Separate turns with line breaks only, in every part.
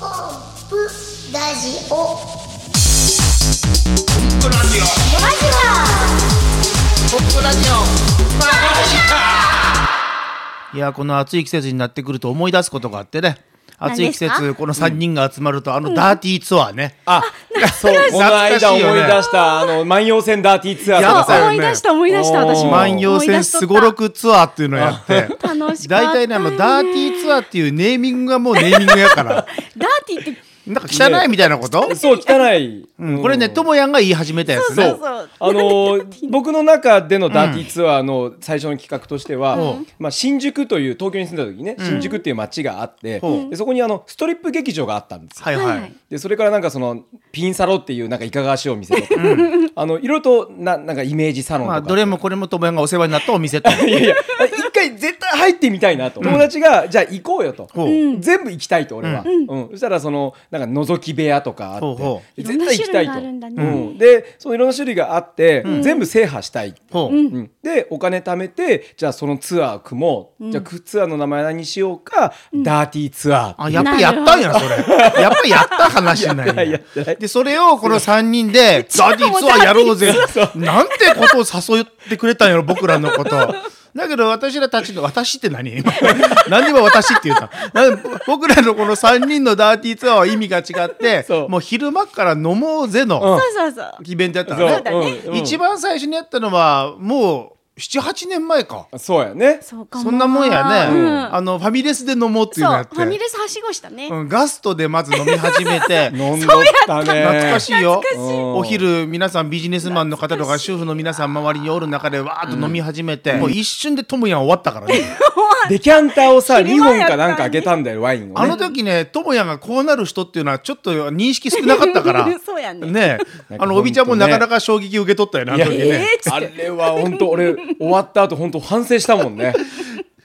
ップラジオ
ポップラジオ
ラジ
ポップラジオ
いやこの暑い季節になってくると思い出すことがあってね暑い季
何です
節この3人が集まると、あのダーティーツアーね、
あ、そう、この
懐かしい
間
よ
思い
ね
出した、あの、万葉線ダーティーツアーと
や
か
ったよね
思い
さ、
出した思い出した
おー
私も
万葉線すごろくツアーっていうのをやって
楽しかった
大体ねあのダーティーツアーっていうネーミングがもうネーミングやから
ダーティーって
なんか汚いみたいなこと、
そう、汚い。
うん、これねともやんが言い始めたやつ
そ
ね
うあのー僕の中でのダーティーツアーの最初の企画としては、
うん
まあ、新宿という東京に住んだ時にね、新宿っていう街があって、
うん
でそこにあのストリップ劇場があったんですよ。
はいはい、
はい
でそれからなんかそのピンサロっていうなんかいかがわしいお店とか、あのいろいろとななんかイメージサロンと
ま
か、
あどれもこれもともやんがお世話になったお店と
いやいや一回絶対入ってみたいなと、友達がじゃあ行こうよと、
ほう
全部行きたいと俺は、うんそしたらそのなんか覗き部屋とかあって
ほうほ
で絶対行きたい
いろんな種類があ
と
るんだね
うん、でそのいろんな種類があって、全部制覇したい、
ほう、
うんでお金貯めてじゃあそのツアー組もう、じゃあくツアーの名前何にしようか、ダーティーツアー
あやっぱやったんやそれやっぱやった話にな
やってない
る
や
や
ってない
でそれをこの3人で「ダーティーツアーやろうぜ」なんてことを誘ってくれたんやろ僕らのこと。だけど私らたちの私って何 今何今私って言ったな僕らのこの3人のダーティーツアーは意味が違って
そう
もう昼間から飲もうぜの
そうそうそう
イベントやったからね、
うんうん
一番最初にやったのはもう78年前か
そうやね
そうかも
そんなもんやね、
うん
あのファミレスで飲もうっていうの
そうフ
やって
ァミレスはしごしたね
うん、ガストでまず飲み始めて
飲んどった ね
懐 かしいよ
しい
お昼皆さんビジネスマンの方とか主婦の皆さん周りにおる中でわーっと飲み始めて、もう一瞬でともやん終わったからね
デキャンターをさ
昼
2
間
本
やった
かなんかあげたんだよワインを、ね、
あの時ねともやんがこうなる人っていうのはちょっと認識少なかったから
そうやね
ねえ
なんかほんとね
あのおびちゃんもなかなか衝撃受け取ったよねあの時
いや
ね
えーっつ
あ
って
れは本当俺終わった後本当反省したもんね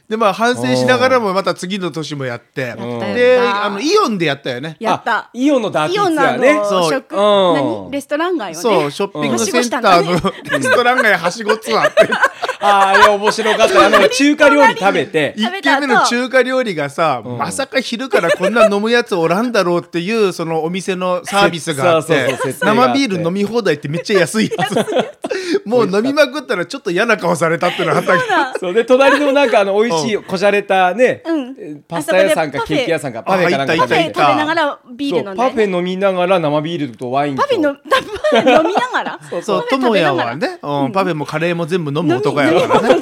でまあ反省しながらもまた次の年もやって
ったやった
であのイオンでやったよね
やった
あイオンのダーティ
イ
ー
オン
ツ
な
アー
の
ね
そう
食
うん
何レストラン街をね
そうショッピングセンターの
はしごしたんだ ね
レストラン街はしごツアーって
あーあれ面白かったあの中華料理食べて
一
食べた
軒
後
目の中華料理がさ、まさか昼からこんな飲むやつおらんだろうっていうそのお店のサービスがあっ
そう
て
そうそう設定があ
生
って
ビール飲み放題ってめっちゃ安いや つもう飲みまくったらちょっと嫌な顔されたっていうのがあったけど
そうで隣のなんかあの美味しいこじゃれたね、
うん
えーパスタ屋さんか
あそこ
ケ
で
ーキ屋さんか
パ
パ
フ
フ
ェ
ェかなんか
行っ
食
た行っ
パフェ食
べて
べながらビール飲ん
そう
で
パフェ飲みながら生ビールとワインと
パフェのパフェ飲みながら
そうと
パフェ食
も
べな
や
がら
はね、うん、パフェもカレーも全部飲む男やからね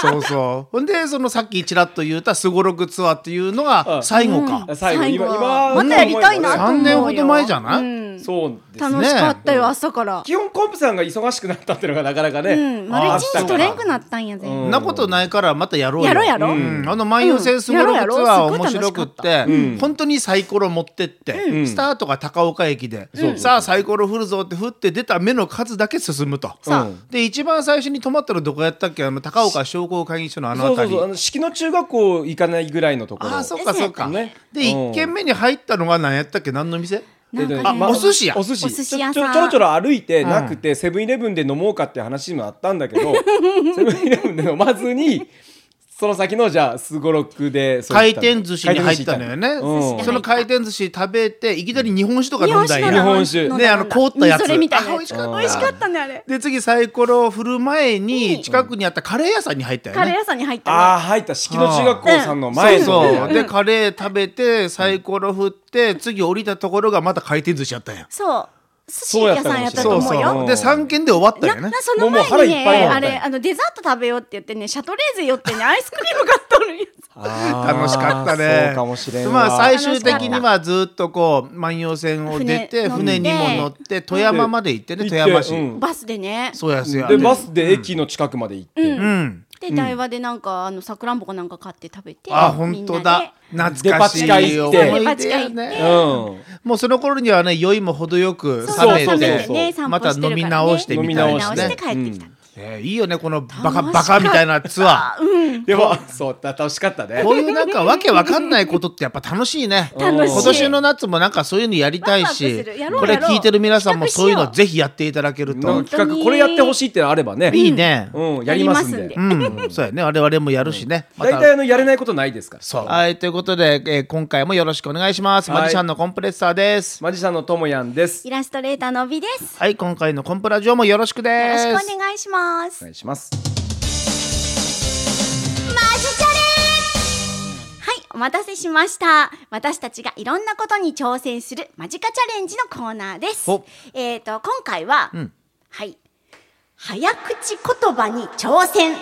そうそうほんでそのさっきちらっと言ったすごろくツアーっていうの
う
が
ん
最後か、
あ最後
最後
今
は
今
またやりたいなと思うよ
3年ほど前じゃない
うん
そうです
ね
楽しかったよ朝から
基本コンプさんが忙しくなったっていうのがなかなかね、
うん丸一日取れんく
っ
なったんやぜ
うん
んなことないからまたやろうよ
やろうやろ
うんあの万葉線すごろくツアー面白くって、
うん
本当にサイコロ持ってって、
ん
スタートが高岡駅で、
うん
さあサイコロ振るぞって振って出た目の数だけ進むと、
さうん
で一番最初に泊まったのどこやったっけあの高岡商工会議所のあの
そうそ
辺
う
り
そうあの式の中学校行かないぐらいのところ
ああそうかそうか、
ね
で
うん
1軒目に入ったのが何やったっけ何の店
なんかね
あまお寿司や
お寿司
お寿司屋
ちょ
さん
ちょちょろちょろ歩いてなくてセブンイレブンで飲もうかって話もあったん だけどセブンイレブンで飲まずにその先のじゃあすごろくでそう
回
行った
転寿司に入ったのよね、
うん
その回転寿司食べていきなり日本酒とか飲んだんや
日本酒
飲んだ
ねあの凍ったやつ
みそれみたいな
あ
や
美味
つ
しかった
美味しかったねあれ
で次サイコロを振る前に近くにあったカレー屋さんに入ったよ
カレー
ね。
屋さんに入った
あ
ね
あ入った式の中学校さんの前
そう
の
そう
ね
でカレー食べてサイコロ振って次降りたところがまた回転寿司やったんや。
そう寿司
そうや
屋
った
さん
かも
や
し
っ
れ
た
ない
と思
そう
うよ
そうで3軒で終わったん
な
やね
なその
もうもう腹
前に
いっぱい
ね
な
あ
んだ
れあのデザート食べようって言ってねシャトレーゼよってね アイスクリーム買っとるんやつ
あー
楽しかったね
そうかもしれんわ
まあ最終的にはずっとこう万葉線を出て船
船乗って
にも乗って富山まで行ってね
行っ
富
て
山市
うん
バスでね
そうやそうや
でバスで駅の近くまで行って、
うん
で台湾でなんかあのさくらんぼかなんか買って食べて
あ本当だ懐かしい思い
デ
パ
出
地下
や
行って
ね
うん
もうその頃にはね酔いも程よく
そう
冷
そう
め
冷め
て
てね散
ま
歩
た
して
飲
るからね
み直してみたい
飲み
な
直
ね
して
帰ってきた
うん
えーいいよねこのバカ
楽し
バカみたいなツア
でもそうた楽しかった
ー
ね
こういうなんかわけわかんないことってやっぱ楽しいね
楽しい
今年の夏もなんかそういうのやりたい
ワクワ
し
クするやろう
これ
やろう
聞いてる皆さんもそういう
企画しよ
の
う
ぜひやっていただける
の
と
企
本当
画
に
これやってほしいってのあればね
いいね
うん、やりますん
やり
で
ま
うんそうやね我々もやるしねま
大
た
体あのやれないことないですから
そうはいということでえー今回もよろしくお願いします
はい
マジシャンのコンプレッサーです
マジシャンのともやんです
イラストレーターの帯です。
はい今回のコンプラジオもよろしく
よ
で
ろし
す
くお願いしま
お
す。
願いします
マジチャレ
はい、お待たせしました。私たちがいろんなことに挑戦するマジカチャレンジのコーナーです
お。
えっ、と、今回は、
ん
はい、早口言葉に挑戦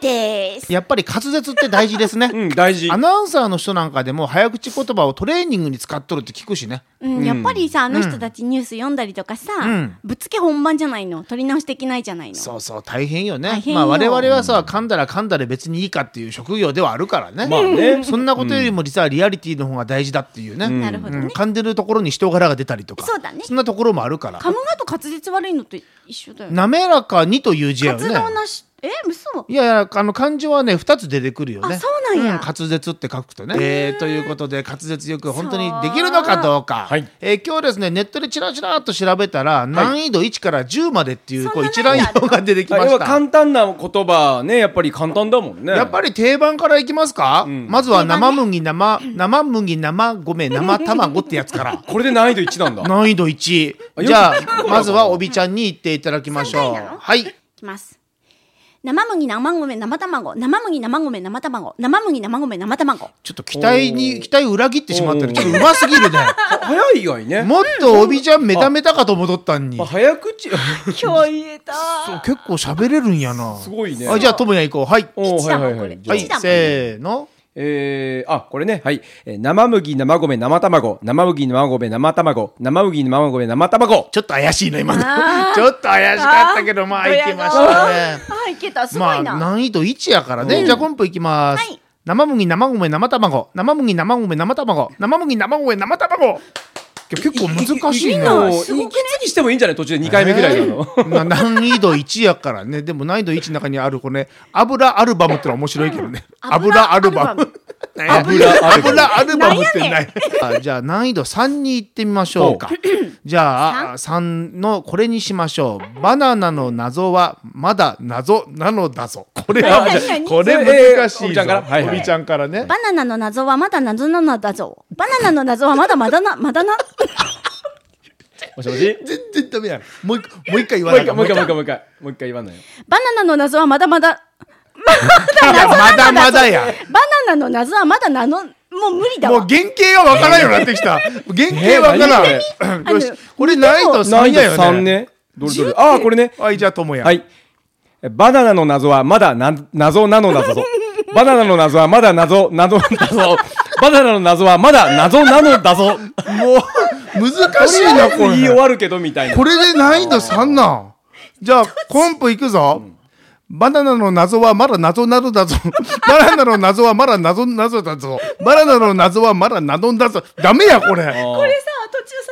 です。
やっぱり滑舌って大事 ですね、
うん大事
アナウンサーの人なんかでも早口言葉をトレーニングに使っとるって聞くしね
うん、やっぱりさ、あの人たちニュース読んだりとかさ、
ん
ぶっつけ本番じゃないの、取り直していけないじゃないの。
そうそう大変よね
大変よ
まあ我々はさ噛んだら噛んだら別にいいかっていう職業ではあるからね,、
まあね
そんなことよりも実はリアリティの方が大事だっていうね、
なるほどね
うん噛んでるところに人柄が出たりとか
そうだね
んなところもあるから
カムガと滑舌悪いのと一緒だよね。
滑らかにという字やよ
活動
ね
なし、え、嘘。
いやいやあの漢字はね2つ出てくるよね
あそうなんや
滑舌って書くとね、えーということで滑舌よく本当にできるのかどうか
そうはい
えー今日ですねネットでチラチラっと調べたら、難易度1から10までっていうこう
そんな
一覧表が出てきま
あ要
し
は
た
簡単な言葉ねやっぱり簡単だもんね
やっぱり定番からいきますか、まずは生麦生生麦生米生卵ってやつから
これで難易度1なんだ
難易度1
あ
じゃ
よく聞く
あ
な
まずはおびちゃんに言っていただきましょ
三回な
う
の
はい
いきます。生麦、生米、生卵、生麦、生米、生卵、生麦、生米、生卵。
ちょっと期待
お
に
ー
期待裏切ってしまった
お
ね
ー
ちょっとうますぎるね
は早い以外ね、
もっとおびちゃんメタメタかと戻ったんに
あ、早口
今日言えた。
そう結構喋れるんやな
すごいね
あじゃあともや行こうはい
おー
一だもんこれ
じ
は
ゃあ
い
一だもん
せーの
えー、あこれねはい、えー生麦生米生卵生麦生米生卵生麦生米生卵
ちょっと怪しいね今の ちょっと怪しかったけどまあ行きましたね
あ、いけた。すご
ま
い
あ
な。
難易度1やからね、じゃあコンプいきます、
はい
生麦生米生卵生麦生米生卵生麦生米生卵結構難しい
いの
な
をいくつにしてもいいんじゃない途中で2回目ぐらいなの、
えーな難易度1やからねでも難易度1の中にあるこれ、ね、油アルバムってのは面白いけどね油
油
アルバム
油アルバム
油アルバムって
なんや
ないあじゃあ難易度3に行ってみましょうかじゃあ3のこれにしましょうバナナの謎はまだ謎なのだぞこれは
何々何
これ難し
それ
い
えーおび
ぞ
ちゃんからはいはい
おびちゃんからね
バナナの謎はまだ謎なのだぞ。バナナの謎はまだまだ な、まだな。
もしもし
全然ダメやんもう一回もう一回言
も
わ
う
ない
一回もう一回もう一回もう一回もう一回言わないよ
バナナの謎はまだまだ。
いやまだまだや
バナナの謎はまだなの、もう無理だ
もう
わ。
原型がわからんようになってきた原型わからん
何
よしこれ難易度
難
3
易度
やよ
3
ね
ねどれどれああこれね
はいじゃあともや
はいバナナの謎はまだな謎なのだ ぞバナナの謎はまだ謎謎だぞバナナの謎はまだ謎なのだぞ
もう難しいなこ
言い終
れ
わるけどみたいな
これで難易度3なんじゃあコンプいくぞバナナの謎はまだ謎なのだぞバナナの謎はまだ謎なのだぞバナナの謎はまだ謎だぞダメやこれ
これさ、途中さ、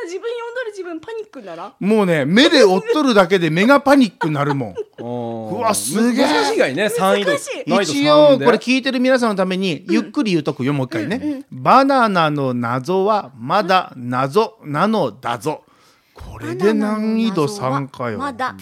自分読んどる自分パニックなら。
もうね目で追っとるだけで目がパニックになるもん
う
うわすげえ
難しい以外ね3位度
難しい
難易
一
度3
応
で
これ聞いてる皆さんのためにゆっくり言うとくよ、もう一回ね、バナナの謎はまだ謎なのだぞこれで難易度3かよ
まだ、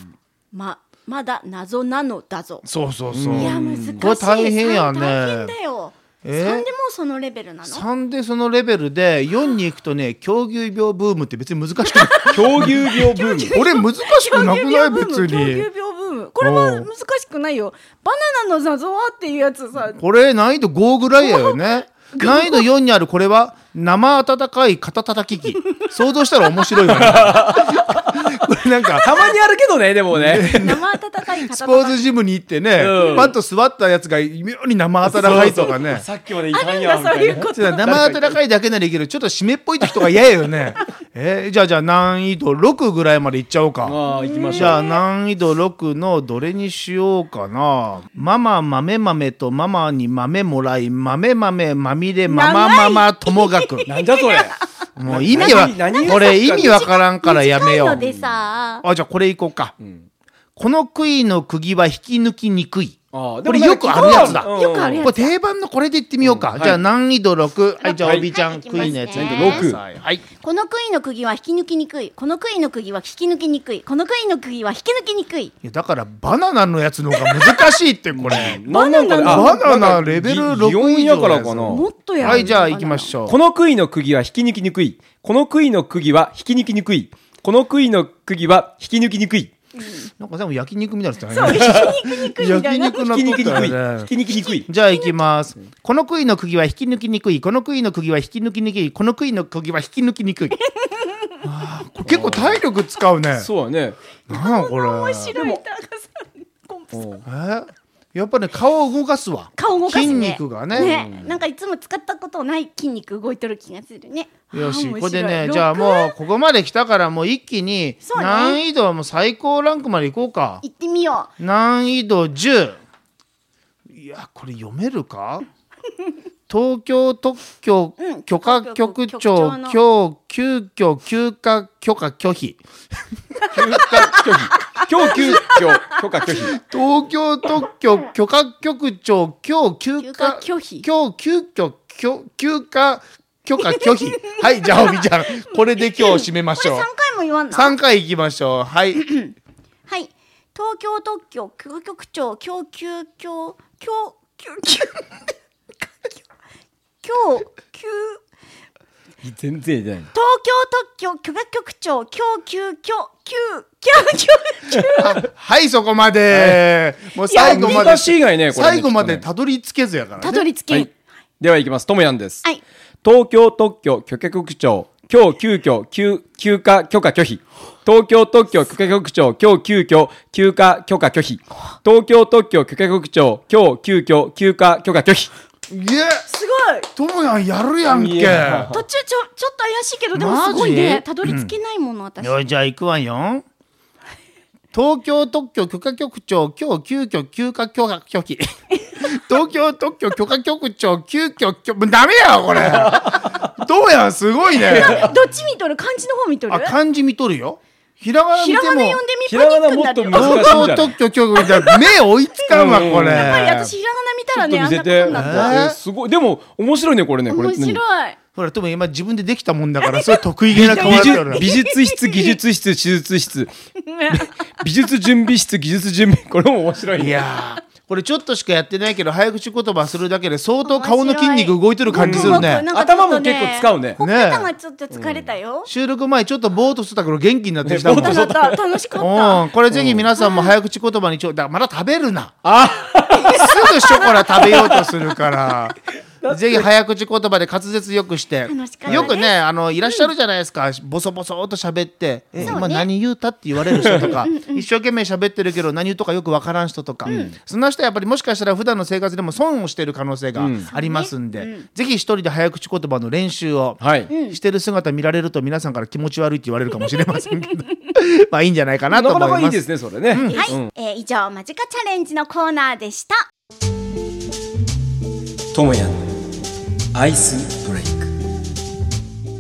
ま、まだ謎なのだぞ。
そうそうそう
いや難しい。
これ大変やね
三大変だよ。三、
え
でもうそのレベルなの。
3でそのレベルで4に行くとね狂牛病ブームって別に難しく ない
狂牛病ブーム
これ難しくなくない別
狂牛
に
病ブーム。これは難しくないよ。バナナの謎はっていうやつさ。
これ難易度5ぐらいやよね難易度4にあるこれは生温かい肩叩き機想像したら面 白いわねこれなんか
たまにあるけどねでもね
生温かい方
スポーツジムに行ってね、
うん
パッと座ったやつが妙に生温かいとかね。
さっきまでいたんや
が
み
そう
たい
いう
な
こと。
ちょっと生温かいだけならいいけど、ちょっと湿っぽい時とか嫌やよ ね。えーじゃあじゃあ難易度6ぐらいまでいっちゃおうか。
まあ行きまし
じ
ょ
ゃあ難易度6のどれにしようかな。ママ豆豆とママに豆もらい、豆豆まみれママママとも がく。
うなんじゃ それ
もう意味は
何何、
これ意味わからんからやめよ
短いうの。でさ。
あ、じゃあこれいこうか。この杭の釘は引き抜きにくい。
ああでも
これよくあるやつだ。
うん
よくあるやつ
これ定番のこれでいってみようか。
うん
じゃあ難易度6。はい、じゃあ、
はい
おびちゃ
は
ん、
い
クイーンのやつ。
いき
ますね
はいはい。
この杭の釘は引き抜きにくい。この杭の釘は引き抜きにくい。この杭の釘は引き抜きにくい。
いやだから、バナナのやつの方が難しいって、これ。
なんなんかね
バナナ
あなんか
レベル
擬
6
擬音やからか
以上の
な
もっとやる
はい、じゃあ、行きましょう。
この杭の釘は引き抜きにくい。この杭の釘は引き抜きにくい。この杭の釘は引き抜きにくい。
なんか、でも焼肉みたいなやつ
そう、
ね。
引き抜きにくいみた
焼肉
いな。
引
の
き抜きにくい。
ね
引き抜きにくい。
じゃあ行きます。この杭の釘は引き抜きにくい。この杭の釘は引き抜きにくい。この杭の釘は引き抜きに くい。あーこれ結構体力使うね。
そうだね。
なんこれ。面
白い高さんコンプ
おう
えーやっぱね顔を動かすわ。
顔動かすね
筋肉がね。
ね、なんかいつも使ったことない筋肉動いてる気がするね。
よし、
あー
こ
面
こで
白い
ね、じゃあもうここまで来たからもう一気に
そうね
難易度はもう最高ランクまで行こうか。
行ってみよ
難易度10。いや、これ読める か東京特許
うん
許可局
局
長
長の
今日急遽休暇許可拒否
休暇拒否。供給許可拒否。
東京特許許可局長今日休
休
暇
暇拒否
今日急遽休休暇許可拒否はいじゃあおみちゃんこれで今日締めま
う。こ
し
れ
ょう
三回も言わんな。
3回いきましょうはい
はい。東京特許局局長供給供供給給供給
全然じゃない。
東京特許許可局長供給供給供給
あはいそこまで、もう最後まで
難しい以外ね、これね。
最後ま
き
で
っとね
たどり着けずやから、ね、
たどり着けん。
では行きます。ともやんです。
はい。
東京特許許可局長、今日急遽休休暇許可拒否。東京特許許可局長、今日急遽休暇許可拒否。東京特許許可局長、今日急遽休暇許可拒否。
いえ
すごい。
ともやんやるやん
い
け
や
途中ちょちょっと怪しいけどでもすごい
マ
ね
ジ
たどり着けないもの私
よいじゃあ行くわよ東京特許許可局長今日急遽休暇許可拒 否東京特許許可局長急遽きょもうダメやわこれどうやんすごいね
どっち見とる漢字の方見とる
あ漢字見とるよひらがな見
ひら
て
が
も
な読んでみパニックになる
ひらがなもっと
よ
むず
東京特許許可局長目追いつかんわこれ
やっぱり私ひらがな見たらね
ちょ
あ
っ
んな
と見せ
こと
て。
に
え
なった
ーすごい。でも、面白いね、これね。これ
面白い
ほらとも今自分でできたもんだからそれ得意げな顔やってる
美術室、技術室、手術室、美術準備室、技術準備。これも面白い
い
ね。
やーこれちょっとしかやってないけど早口言葉するだけで相当顔の筋肉動いてる感じするね
なんかちょっと
頭も結構使うね
ほっぺたがちょっと疲れたよ
収録前ちょっとぼーっとしてたけど元気になってきたもん
なったなった楽しかった
うん、これぜひ皆さんも早口言葉にちょだからまだ食べるな すぐショコラ食べようとするからぜひ早口言葉で滑舌よくして
楽しかったね
よくねあのいらっしゃるじゃないですか、ボソボソっと喋って「え
そうね
今何言うた?」って言われる人とか一生懸命喋ってるけど何言うとかよくわからん人とか、そんな人はやっぱりもしかしたら普段の生活でも損をしてる可能性がありますんで、ぜひ一人で早口言葉の練習を
はい。
してる姿見られると皆さんから気持ち悪いって言われるかもしれませんけどまあいいんじゃないかな
な
と
か
思
ない
ま
か
す
いいですね、それね。
はい、
うん
えー以上マジカチャレンジのコーナーでした
ともやんアイスブレイク
今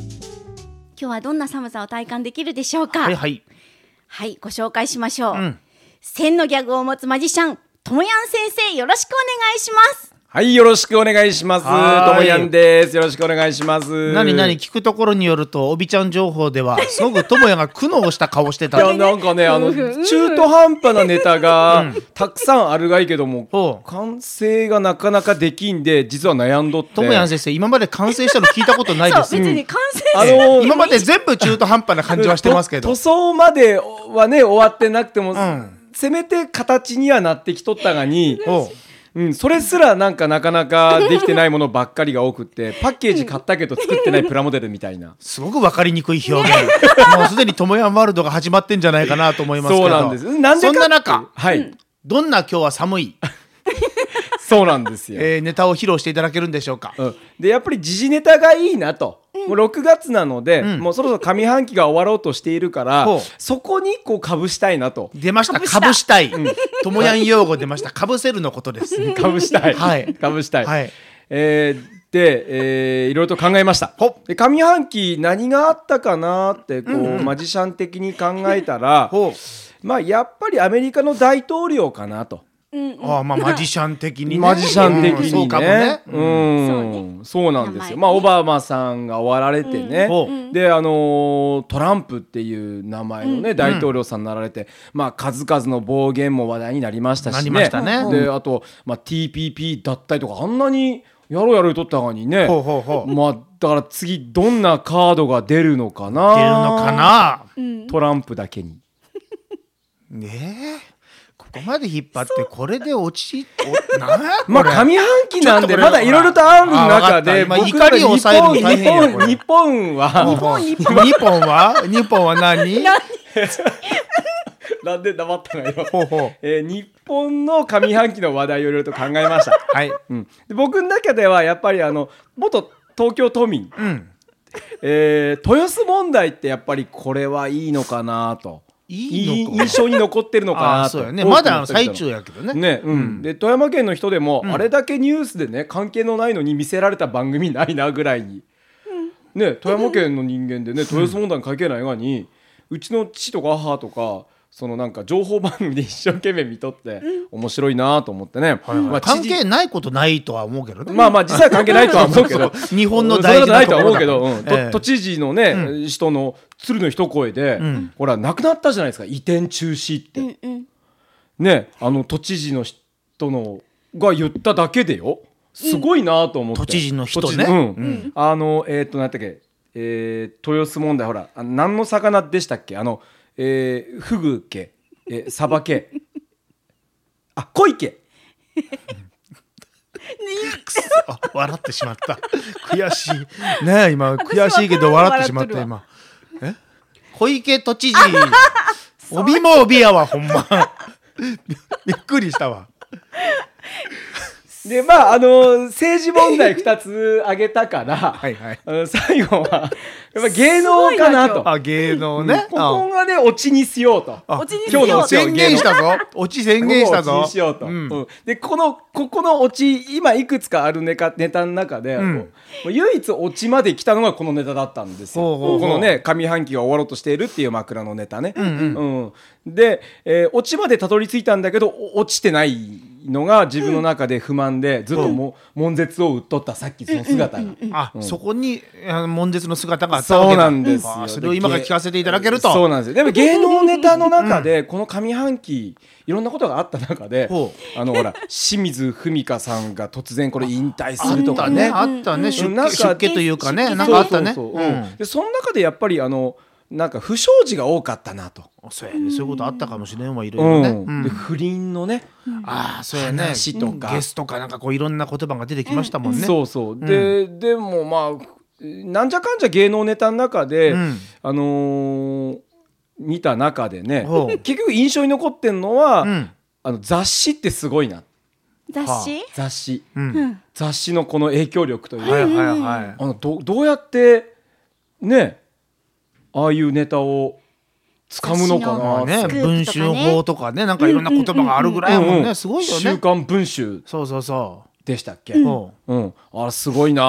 日はどんな寒さを体感できるでしょうか
は
はいい、
はい
ご紹介しましょう、千のギャグを持つマジシャンともやん先生よろしくお願いします
はい、よろしくお願いします。
はーい
ともやんです。よろしくお願いします。
何何聞くところによるとおびちゃん情報ではすごく智也が苦悩した顔して
い
た
や、なんかね、あの、中途半端なネタが、たくさんあるがいいけども
ほ、う
完成がなかなかできんで、実は悩んどって。
智也先生今まで完成したの聞いたことない
そ
で
う
す
別に完成
あ
して
の
今まで全部中途半端な感じはしてますけど
と塗装まではね、終わってなくても、
ん
せめて形にはなってきとったがに、
おう
うん、それすらなんかなかなかできてないものばっかりが多く って、パッケージ買ったけど作ってないプラモデルみたいな。
すごく分かりにくい表現もうすでに智也ワールドが始まってんじゃないかなと思いますけど
そうなんです。なんで
そ
か
んな中
はい。
どんな今日は寒い、
そうなんですよ。
えーネタを披露していただけるんでしょうか、
うん、でやっぱり時事ネタがいいなと、もう6月なので、
ん
もうそろそろ上半期が終わろうとしているから
ほう
そこにこうかぶしたいなと
出ましたかぶした いともやん用語出ましたかぶせるのこと です
かぶしたい、
はい
かぶしたい、
はい
えーで、えーいろいろと考えました
ほ
で上半期何があったかなってこう、マジシャン的に考えたら
ほう
まあやっぱりアメリカの大統領かなと。
ああまあマジシャン的にね
マジシャン的
うん
にね。
そうかもね
う、
そうん
そうなん
名
です
前ね
よ。まあオバマさんが終わられてね
うん
う。ん
で、あのートランプっていう名前のね、大統領さんになられて、まあ数々の暴言も話題になりました
な
し
り
ね。
ましたね
で、あとまあ TPP 脱退とかあんなにやろうやろうとったのにね。
ほうほうほう
まあだから次どんなカードが出るのかな。
出るのか。な
トランプだけに。
ねえここまで引っ張ってこれで落ち おなんや
まあ
これ
上半期なんで
ちょっとこれ
まだいろいろとある
あわか
中
った
で
今
僕
怒りを
日
抑えるの
本
大
日
変やこれ
本日本は
本日本は日本は何
なんで黙ったのよ。
ほうほ
えー日本の上半期の話題をいろいろと考えました。
うはい
うん、で僕の中ではやっぱりあの元東京都民、
うん
えー豊洲問題ってやっぱりこれはいいのかなと。
いいのか
印象に残ってるのか
あ
な
あ
と。
そうやねまだ最中やけどね
ね、うん、で富山県の人でも、あれだけニュースでね関係のないのに見せられた番組ないなぐらいに、ね富山県の人間でね豊洲問題に関係ないがに、うちの父とか母とかそのなんか情報番組で一生懸命見とって、面白いなと思ってね、まあ
関
知事
係ないことないとは思うけどね
まあまあ実際関係ないとは思 うけど
日本の大事
そんな
ない
ことなと
と
は
ころ
思う
だ
け
から
ど、うんと
ええ
都知事のね、人の鶴の一声で、
ん
ほら亡くなったじゃないですか移転中止って、
うんうん
ねあの都知事の人のが言っただけでよすごいなと思って、
都知事の人ね
都知事うんあのえっ、と何だっけ、えー豊洲問題ほらあ何の魚でしたっけあの、えー、フグ系、えー、サバ系あコイ系
あ笑ってしまった悔しいねえ今悔しいけど笑ってしまった今え小池都 知事帯も帯やわほんま びっくりしたわ
でまああの政治問題2つ挙げたから
いはい
あの最後はやっぱ芸能かなと。
あ芸能ね
ここがねオチにしようと。
あ
落ちにしよ
今
う
日のオチを
宣言したぞ 落ち宣言した
ここ
ぞ
をオチにしようと。
うん
うんでこのここのオチ今いくつかあるネタネタの中で、
ん
もう唯一オチまで来たのがこのネタだったんですよ。
ほうほうほう
このね上半期が終わろうとしているっていう枕のネタね。うんで、えーオチまでたどり着いたんだけどお落ちてないのが自分の中で不満で、ずっとも、悶絶を打っとったさっきその姿が。
あ、そこにあの悶絶の姿があったわけ
そう
だ
なんですよ
あそれを今から聞かせていただけると
そうなんですよでも芸能ネタの中でこの上半期いろんなことがあった中で
ほ
あのほら清水文香さんが突然これ引退
あ
すると
っ
か
たね
ね
あったね出
なん
家
か
出家というかね
出家
なん
そ
か
う
あったね
そう
う
そうそうんでその中でやっぱりあのなんか不祥事が多かったなと、
そうやねそういうことあったかもしれんわいろいろね
うんで不倫のね、
ああそうやね
話とか
ゲストかなんかこういろんな言葉が出てきましたもんね
そうそう、ででもまあなんじゃかんじゃ芸能ネタの中で、
うん
あのー見た中でね
ほう
結局印象に残ってんのは、
うん
あの雑誌ってすごいな
雑誌
雑誌
うん
雑誌のこの影響力というか、
はいはいはい
あのどどうやってねああいうネタを掴むの
雑
か
ま
誌
な
あね
スクープとかね
文春法とかねなんかいろんな言葉があるぐらいやもんねすごいよ
週
ね
刊文集
そうそうそ
でしたっけ、
う
うん
ほう
あれすごいな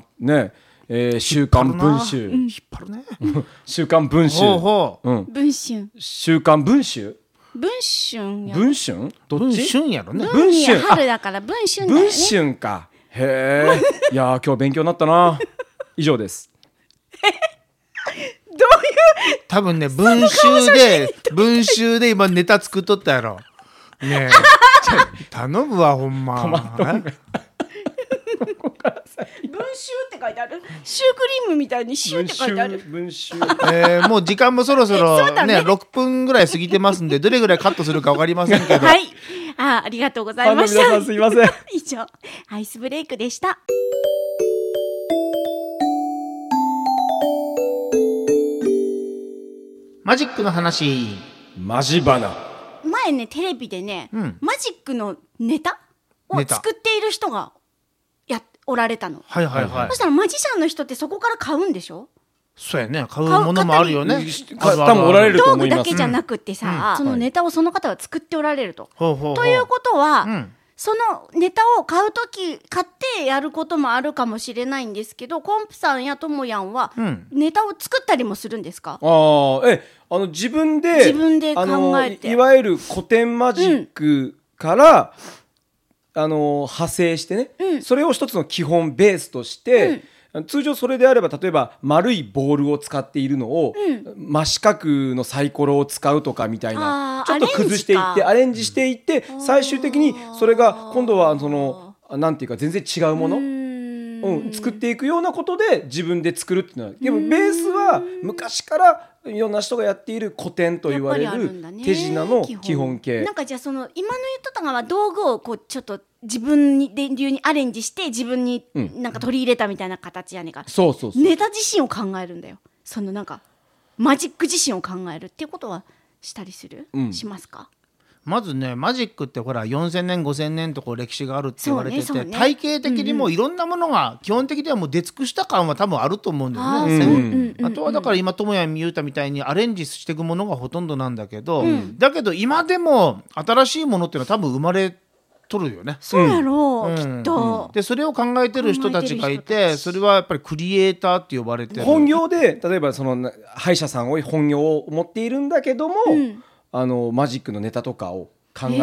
あねえー週刊文集、
引っ張るね
週刊文集
ほうほう
うん、
文春
週刊文集
文春や
文春どっ
文
ち
春やろね
文
文春
春
春だから文春だよね
文春かへ えいやー今日勉強になったな以上です
多分ね文集で文集で今ネタ作っとったやろ ねえちょ頼むわほんま
文春って書いてあるシュークリームみたいにシューって書いてある
文集
えーもう時間もそろそ
そう
ろ
だ
ね
ね
6分ぐらい過ぎてますんでどれぐらいカットするかわかりません けど
はいあありがとうござ
ファ
い
ンの
ました
皆さんすいません
以上アイスブレイクでした
マジックの話
マジ バナ
前ねテレビでね、
ん
マジックのネタを
ネタ
作っている人がやっおられたの
はいはいはい
そしたらマジシャンの人ってそこから買うんでしょ
そうやね買うものもあるよね
買う方に買う方もおられると
道
思
具
います
だけじゃなくてさ、そのネタをその方は作っておられると。
ほうほうほう
ということは、
うん
そのネタを買うとき買ってやることもあるかもしれないんですけどコンプさんやともやんは
ん
ネタを作ったりもするんですか、
ああ、え、あの自分で、
自分で考えて
あのいいわゆる古典マジックから、あの派生してね、それを一つの基本ベースとして、通常それであれば例えば丸いボールを使っているのを、真四角のサイコロを使うとかみたいな
あー
ちょっと崩してい
アレンジ
って
か
アレンジしていって最終的にそれが今度はそのなんていうか全然違うもの。うん、作っていくようなことで自分で作るっていうのはでもベースは昔からいろんな人がやっている古典と言われ
やっぱりあん
る
だね
手品の基本形
なんかじゃあその今の言っとったのは道具をこうちょっと自分にで流にアレンジして自分に
うん
なんか取り入れたみたいな形やねんから、
そうそうそう、
ネタ自身を考えるんだよそのなんかマジック自身を考えるっていうことはしたりする、
うん
しますか
まずねマジックってほら4,000年5,000年とこう歴史があるって言われてて、
そうねそうね
体系的にもういろんなものが基本的にはもう出尽くした感は多分あると思うんだよ
あー
ね。
そううんうんうんうん
あとはだから今智也美優太みたいにアレンジしていくものがほとんどなんだけど、だけど今でも新しいものっていうのは多分生まれとるよね。
そうやろう、きっと、
でそれを考えてる人たちがい
考えてる
て
人たち
それはやっぱりクリエイターって呼ばれてる
本業で例えばそのな歯医者さんを本業を持っているんだけども、あのマジックのネタとかを考えてで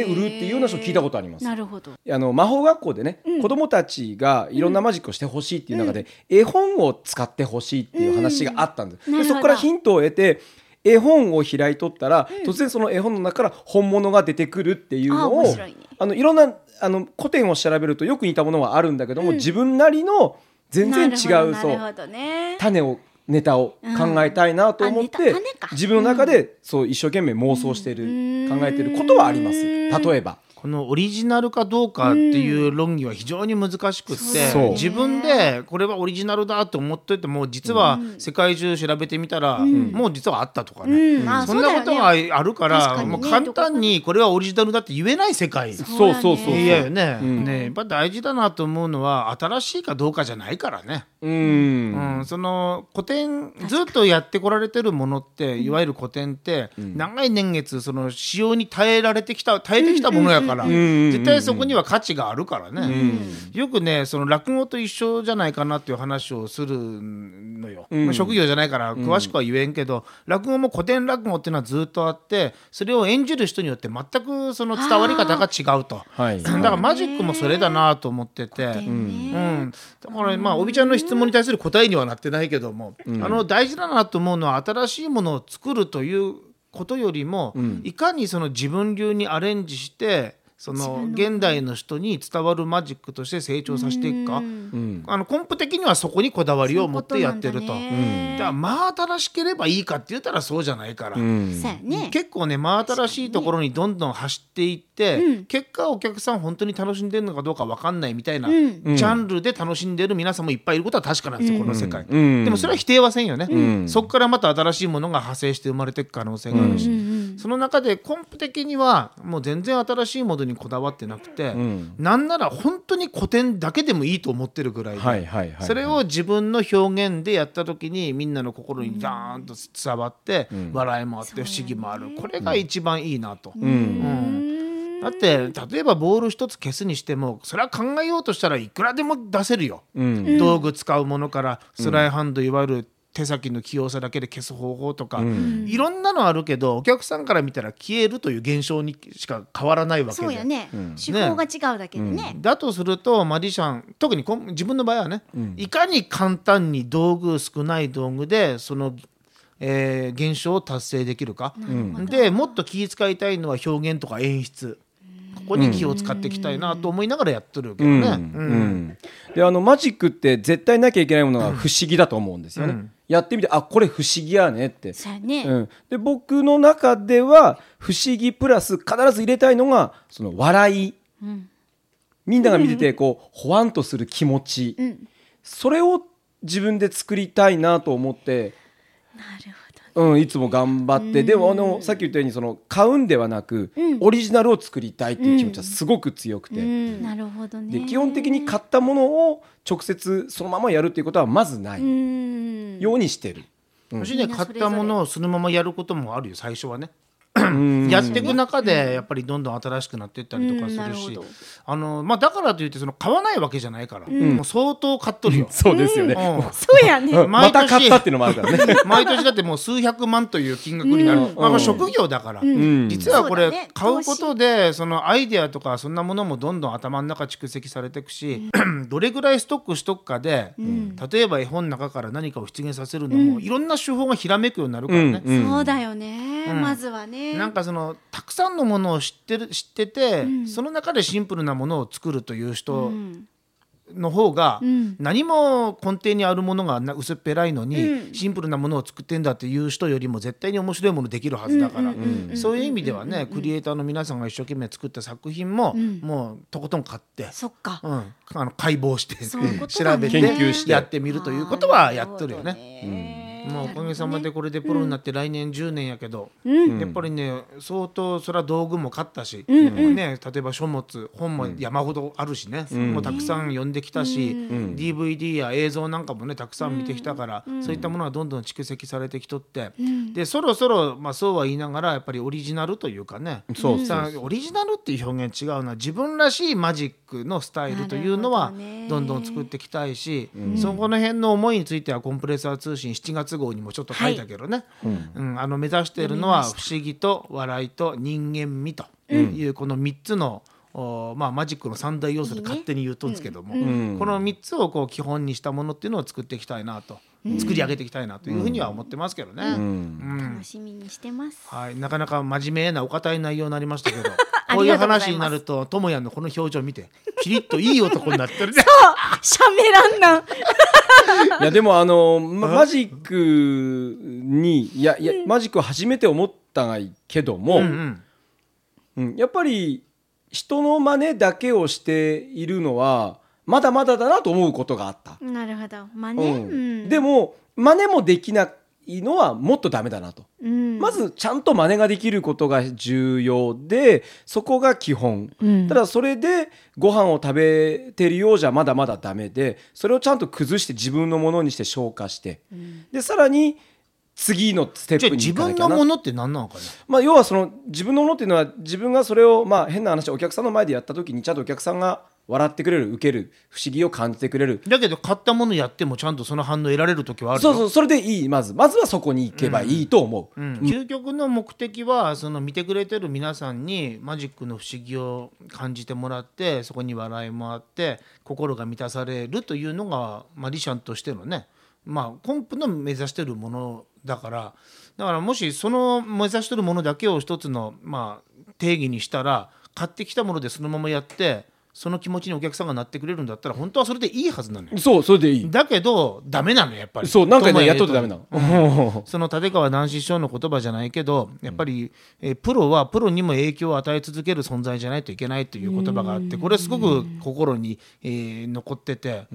へー
売るっていうような人を聞いたことあります。
なるほど
あの魔法学校でね、子供たちがいろんなマジックをしてほしいっていう中で、絵本を使ってほしいっていう話があったんです、
うんなるほ
で
ど
そこからヒントを得て絵本を開いとったら、突然その絵本の中から本物が出てくるっていうの
あ面
を
白いね
あのいろんなあの古典を調べるとよく似たものはあるんだけども、自分なりの全然違う
なるほ
そ
ど
う
なるほどね
種をネタを考えたいなと思って、
うんあネタ種か
自分の中で、そう一生懸命妄想してる、
うん
考えてることはあります
うん
例えば。
このオリジナルかどうかっていう論議は非常に難しくっ
そう
だ
て、
よね
自分でこれはオリジナルだと思ってても実は世界中調べてみたら、もう実はあったとかね、
うんあ
そんなこと
そう
が
だ
あ
よね
るか
確
ら
かにね
もう簡単にこれはオリジナルだって言えない世界。
そうだねそうそうそう
いやよね,、
うん
ねやっぱ大事だなと思うのは新しいかどうかじゃないからね。
うん
うん、その古典ずっとやってこられてるものっていわゆる古典って、長い年月その使用に耐えられてきた耐えてきたものやから、
ん
絶対そこには価値があるからね、よくねその落語と一緒じゃないかなっていう話をするのよ、まあ職業じゃないから詳しくは言えんけど、落語も古典落語っていうのはずっとあってそれを演じる人によって全くその伝わり方が違うと。
はい
だからマジックもそれだなと思ってて。うん、だからまあおびちゃんの質問に対する答えにはなってないけども、あの大事だなと思うのは新しいものを作るということよりも、いかにその自分流にアレンジしてその現代の人に伝わるマジックとして成長させていくか、あの根本的にはそこにこだわりを持ってやってると。
そう
だ
いうことなんだね
から真新しければいいかって言ったらそうじゃないから。
そうやね
結構ね真新しいところにどんどん走っていって、結果お客さん本当に楽しんでるのかどうか分かんないみたいな、ジャンルで楽しんでる皆さんもいっぱいいることは確かなんですよ、この世界、
うん
でもそれは否定はせんよね、
ん
そこからまた新しいものが派生して生まれていく可能性があるし、その中で根本的にはもう全然新しいものにこだわってなくて、
ん
なんなら本当に古典だけでもいいと思ってるぐらいで、
はいはいはい
それを自分の表現でやった時にみんなの心にダーンと伝わって、笑いもあって不思議もある、これが一番いいなと。うんだって例えばボール一つ消すにしてもそれは考えようとしたらいくらでも出せるよ、道具使うものからスライハンドいわゆる手先の器用さだけで消す方法とか、いろんなのあるけどお客さんから見たら消えるという現象にしか変わらないわけで
そうやね、手法が違うだけでね
だとするとマジシャン特にこん自分の場合はね、いかに簡単に道具少ない道具でその、えー現象を達成できるか、でもっと気遣いたいのは表現とか演出ここに気を使っていきたいなと思いながらやってるけどね。うん
であのマジックって絶対なきゃいけないものが不思議だと思うんですよね。やってみてあこれ不思議やねって。
そうやね、
うん、で僕の中では不思議プラス必ず入れたいのがその笑い、みんなが見ててこうほわんとする気持ち、それを自分で作りたいなと思って。うん、いつも頑張って、でもあのさっき言ったようにその買うんではなく、オリジナルを作りたいっていう気持ちはすごく強くて、
うんなるほどね
で基本的に買ったものを直接そのままやるっていうことはまずない
うん
ようにしてる。
もしね
みんな
買
それぞ
った
れ
ものをそのままやることもあるよ最初はね。やっていく中でやっぱりどんどん新しくなっていったりとかす
うんな
る
るほ
し
ど
あのまあだからといってその買わないわけじゃないからもう相当買っとるよ。
そうですよね。
うん
そうやね。
うん ま
毎年
た買ったっていうのもあるから ね。
毎年だってもう数百万という金額になる、まあ、まあ職業だから、実はこ
そ
れ
うだね
買うことでそのアイデアとかそんなものもどんどん頭の中蓄積されていくし、 どれぐらいストックしとくかで、例えば絵本の中から何かを出現させるのも、いろんな手法がひらめくようになるからね。
そうだよね。まずはね。
なんかそのたくさんのものを知ってる知ってて、その中でシンプルなものを作るという人の方が、何も根底にあるものがな薄っぺらいのに、シンプルなものを作ってんだっていう人よりも絶対に面白いものできるはずだから、そういう意味ではねクリエイターの皆さんが一生懸命作った作品も、もうとことん買って。
そっか。
うん、あの解剖して
そういうことだ
調べ
ね
て
研究して
やってみるということはやっとるよね。
ね
まあ、おかげさまでこれでプロになって来年10年やけど、やっぱりね相当それは道具も買ったし、ね、例えば書物本も山ほどあるしね、もうたくさん読んできたし、DVD や映像なんかもねたくさん見てきたから、そういったものがどんどん蓄積されてきとって、でそろそろ、まあ、そうは言いながらやっぱりオリジナルというかね
そうそう
さオリジナルっていう表現違うな自分らしいマジックのスタイルというの
な
は
るほどね
どんどん作っていきたいし、そこの辺の思いについてはコンプレッサー通信7月号にもちょっと書いたけどね、うん、あの目指しているのは不思議と笑いと人間味というこの3つの、おまあ、マジックの三大要素で勝手に言うとんですけども、この3つをこう基本にしたものっていうのを作っていきたいなと、作り上げていきたいなというふうには思ってますけどね。
楽しみにしてます。
はい、なかなか真面目なお堅い内容になりましたけど
ありがとうございます
こういう話になるとともやのこの表情見てキリッといい男になってるね
あ、しゃべらんなん。
いやでもあのまマジックにいやいやマジックを初めて思ったがいけども、
うんうん
うんやっぱり人の真似だけをしているのはまだまだだなと思うことがあった。
なるほど。まあ
う
ね。
ん
うん
でも真似もできないのはもっとダメだなと。
うん
まずちゃんと真似ができることが重要でそこが基本、
うん
ただそれでご飯を食べてるようじゃまだまだダメでそれをちゃんと崩して自分のものにして消化して、でさらに次のステッ
じゃあ
プに
自
行かな
分
きゃ
の
な
ものって何なのかね
まあ、要はその自分のものっていうのは自分がそれをまあ変な話お客さんの前でやった時にちゃんとお客さんが笑ってくれる受ける不思議を感じてくれる
だけど買ったものやってもちゃんとその反応得られる時はある
そう
よ
そうそれでいいまずまずはそこに行けばいいと思う、
うん究極の目的はその見てくれてる皆さんにマジックの不思議を感じてもらってそこに笑いもあって心が満たされるというのがマリシャンとしてのねまあコンプの目指してるものだからだからもしその目指してるものだけを一つのまあ定義にしたら買ってきたものでそのままやってその気持ちにお客さんがなってくれるんだったら本当はそれでいいはずなのよ。
そうそれでいい
だけどダメなのよやっぱり。
そうなんか
友也
ねやっとるとダメなの、
その立川談志師匠の言葉じゃないけどやっぱり、えープロはプロにも影響を与え続ける存在じゃないといけないという言葉があってこれすごく心に、えー残ってて、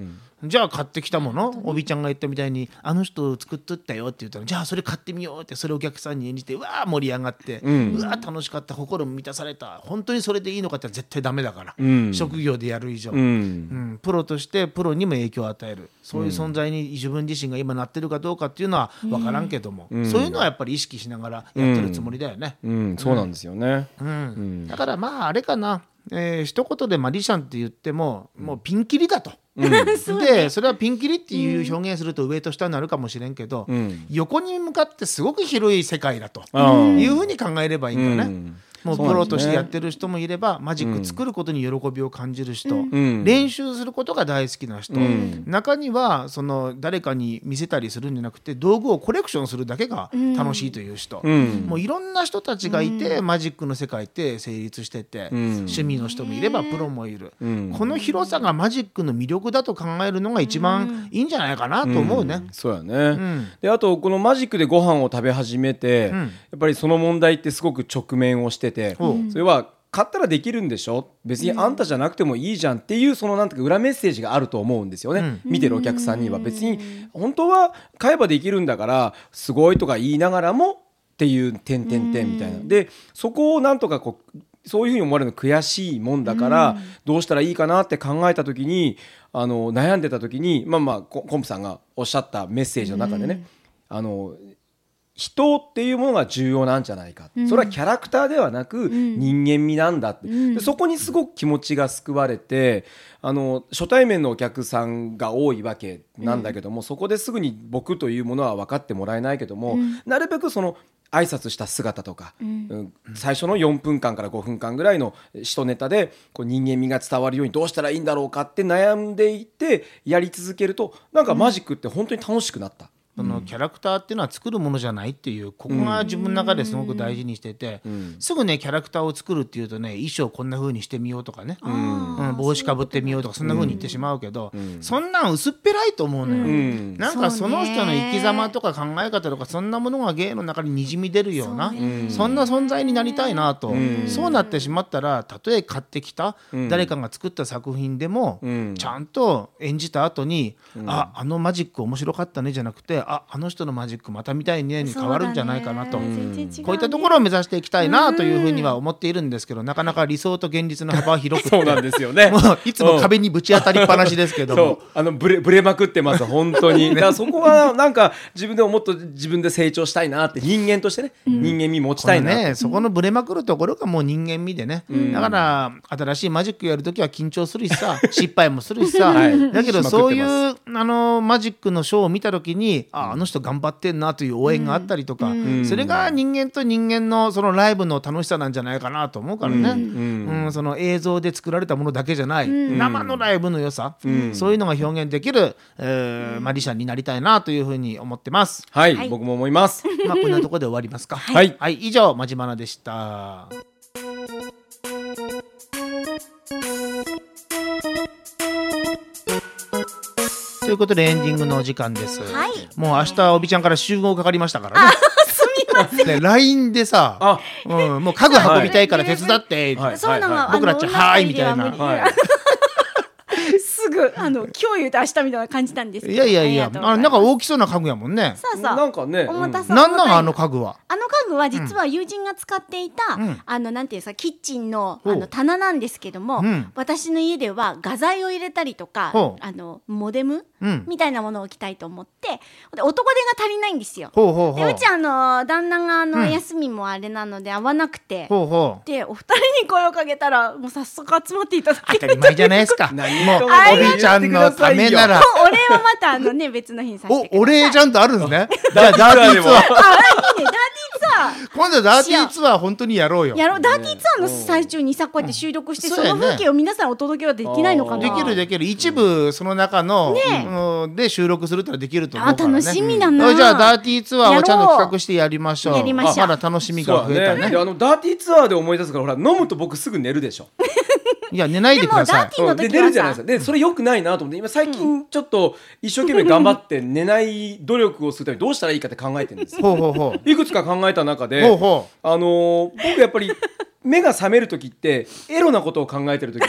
じゃあ買ってきたものおびちゃんが言ったみたいに「あの人作っとったよ」って言ったら「じゃあそれ買ってみよう」ってそれをお客さんに演じてうわー盛り上がって、うわー楽しかった心も満たされた本当にそれでいいのかって言ったら絶対ダメだから、職業でやる以上。
うん
うん、プロとしてプロにも影響を与えるそういう存在に自分自身が今なってるかどうかっていうのは分からんけども、そういうのはやっぱり意識しながらやってるつもりだよね、
うん、そうなんですよね。
うんだからまああれかな、えー一言でマリシャンって言ってももうピンキリだと。で それはピンキリっていう表現すると上と下になるかもしれんけど、
ん
横に向かってすごく広い世界だと
うん
いうふうに考えればいいんだね。
うん
もう
そう
プ
なんですね
ロとしてやってる人もいれば、マジック作ることに喜びを感じる人、
ん
練習することが大好きな人、中にはその誰かに見せたりするんじゃなくて道具をコレクションするだけが楽しいという人、
ん
もういろんな人たちがいて、マジックの世界って成立してて、趣味の人もいればプロもいる、この広さがマジックの魅力だと考えるのが一番いいんじゃないかなと思うね。
そうやね、
ん
であとこのマジックでご飯を食べ始めて、
ん
やっぱりその問題ってすごく直面をしてて、
ほう
それは買ったらできるんでしょ別にあんたじゃなくてもいいじゃんっていうそのなんていうか裏メッセージがあると思うんですよね、見てるお客さんには別に本当は買えばできるんだからすごいとか言いながらもっていう点点点みたいな、でそこをなんとかこうそういうふうに思われるの悔しいもんだから、どうしたらいいかなって考えた時にあの悩んでた時にまあまあココンプさんがおっしゃったメッセージの中でね、あの人っていうものが重要なんじゃないか、
ん
それはキャラクターではなく
ん
人間味なんだって、
ん
でそこにすごく気持ちが救われてあの初対面のお客さんが多いわけなんだけども、そこですぐに僕というものは分かってもらえないけども、なるべくその挨拶した姿とか、うん最初の4分間から5分間ぐらいの一ネタでこう人間味が伝わるようにどうしたらいいんだろうかって悩んでいてやり続けるとなんかマジックって本当に楽しくなった。
そのキャラクターっていうのは作るものじゃないっていうここが自分の中ですごく大事にしてて、すぐねキャラクターを作るっていうとね衣装こんな風にしてみようとかね、うん帽子かぶってみようとかそんな風に言ってしまうけど、そんなん薄っぺらいと思うのよ、
ん
なんかその人の生き様とか考え方とかそんなものが芸の中ににじみ出るようなそんな存在になりたいなと、そうなってしまったらたとえ買ってきた、誰かが作った作品でも、
ん
ちゃんと演じた後に、ああのマジック面白かったねじゃなくてああの人のマジックまた見たいねに変わるんじゃないかなと。こういったところを目指していきたいなというふうには思っているんですけどなかなか理想と現実の幅は広くて
そうなんですよね。
もういつも壁にぶち当たりっぱなしですけど
そう
も
あのブレブレまくってます本当 に。だからそこはなんか自分でももっと自分で成長したいなって人間としてね、人間味持ち
こ
た
れ
いなって。
ねそこのぶれまくるところがもう人間味でね、だから新しいマジックやるときは緊張するし さ失敗もするしさ、
はい
だけど
しまくっ
そう
て
いう
ます
あのマジックのショーを見たときにああの人頑張ってんなという応援があったりとか、それが人間と人間のそのライブの楽しさなんじゃないかなと思うからね、うんその映像で作られたものだけじゃない、生のライブの良さ、そういうのが表現できる、えーマジシャンになりたいなというふうに思ってます。
はい、
はい
僕も思います。
まあこんなところで終わりますか。
はいはい
以上まじまなでした。ということでエンディングのお時間です。
はい
もう明日おびちゃんから集合かかりましたからね。すみません。ね LINE でさ、
あ、
うん、もう家具運びたいから手伝って。
はい
そうなの、
はい
あの
僕らっちゃ
女の
はーい
二人で
みたいな
無理
はい。
すぐあの今日言うと明日みたいな感じなんですけ
い
ど
やいやいや、
ありがとうござ
あ
い
なん
ます
か大きそうな家具やもんね。
そうそう
なんかね、
お待たせ
なんなのあの家具は。
あの家具は実は友人が使っていた、
うん
あのなんていうさキッチンの
ほう
あの棚なんですけども、
うん
私の家では画材を入れたりとか
ほう
あのモデム、
うん
みたいなものを置きたいと思ってで男手が足りないんですよ。
ほうほうほ
でう
う。
ちあの旦那があの、
うん
休みもあれなので会わなくて
ほうほう。
でお二人に声をかけたらもう早速集まっていただけ
当
る
たり前じゃないです か。もう
何とも
おびちゃんのためなら。
お礼はまたあのね別の日にさせてください
お、お礼ちゃんとあるんですね。じゃ
ダ
あ、
ーテ
ダーティー
ィー
ツ
ツ
アー。
ア
いいねダディツア ー
今度ダーティーツアー本当にやろうよ。
やろうダーティーツアーの最中にさこうやって収録して、
うん
そ
そうや
の
ね
風景を皆さんお届けはできないのか
で
な
きるできる一部その中の、うん、で収録するったらできると思うからね
あ楽しみだな
うんじゃあダーティーツアーをちゃんと企画してやりましょう
やりましょう
あまだ楽しみ
そ
が増え
う
た
だ
ね
ね。であのダーティーツアーで思い出すから、ほら飲むと僕すぐ寝るでしょ。
いや寝ないで
で
く
も
ださ
ダー
い
ティーの
で
時
出
は
るじゃない
さ
ですかでそれ良くないなと思って今最近ちょっと一生懸命頑張って寝ない努力をするためにどうしたらいいかって考えてる んですよ
ほうほうほう
いくつか考えた中で
ほうほ
あのー僕やっぱり目が覚める時ってエロなことを考えてる時に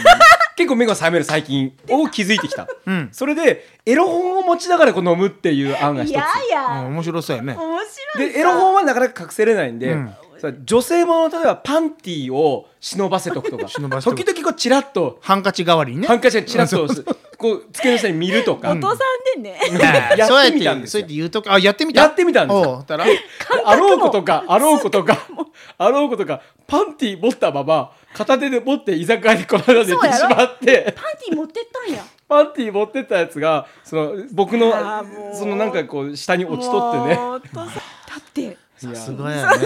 結構目が覚める最近を気づいてきた、
ん
それでエロ本を持ちながらこう飲むっていう案が一
い
つ
やい
うん
や、
面白そうやね
面白い
でエロ本はなかなか隠せれないんで、
うん
それ女性もの例えばパンティーを忍ばせとくとか
忍ばせとく
時々こうチラッと
ハンカチ代わりにね
ハンカチでチラッとこう机の下に見るとか、
お父さんでね、
いや
やってみたんです
そうやってそうや
よ
って言うときあやってみた
やってみたんですよ
おうたら
あろうことかあろうことかあろうことかパンティ持ったまま片手で持って居酒屋にこの間寝てし
そうやろ
まって
パンティ持ってったんや
パンティ持ってったやつがその僕の
あーもう
そのなんかこう下に落ちとってね
もうお父さんだって
いや
すごいやね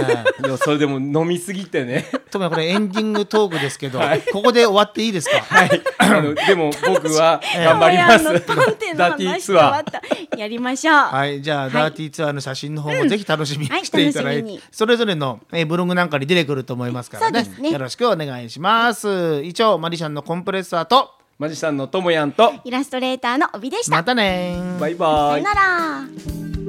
でもそれでも飲みすぎてね
ともこれエンディングトークですけど、ここで終わっていいですか
はいあのでも僕は頑張りま
親の
す
パンティの
ダティ
話
ツアー
と終わったやりましょうは
はい、じゃあ、ダーティーツアーの写真の方もぜひ楽しみに
はい
していただいて、
楽しみに
それぞれの、えーブログなんかに出てくると思いますからね
そうですね
よろしくお願いします以上マリシャンのコンプレッサーと
マジシャンのともやんと
イラストレーターの帯でした、
またねー
バイバ
さ
イ
よなら
「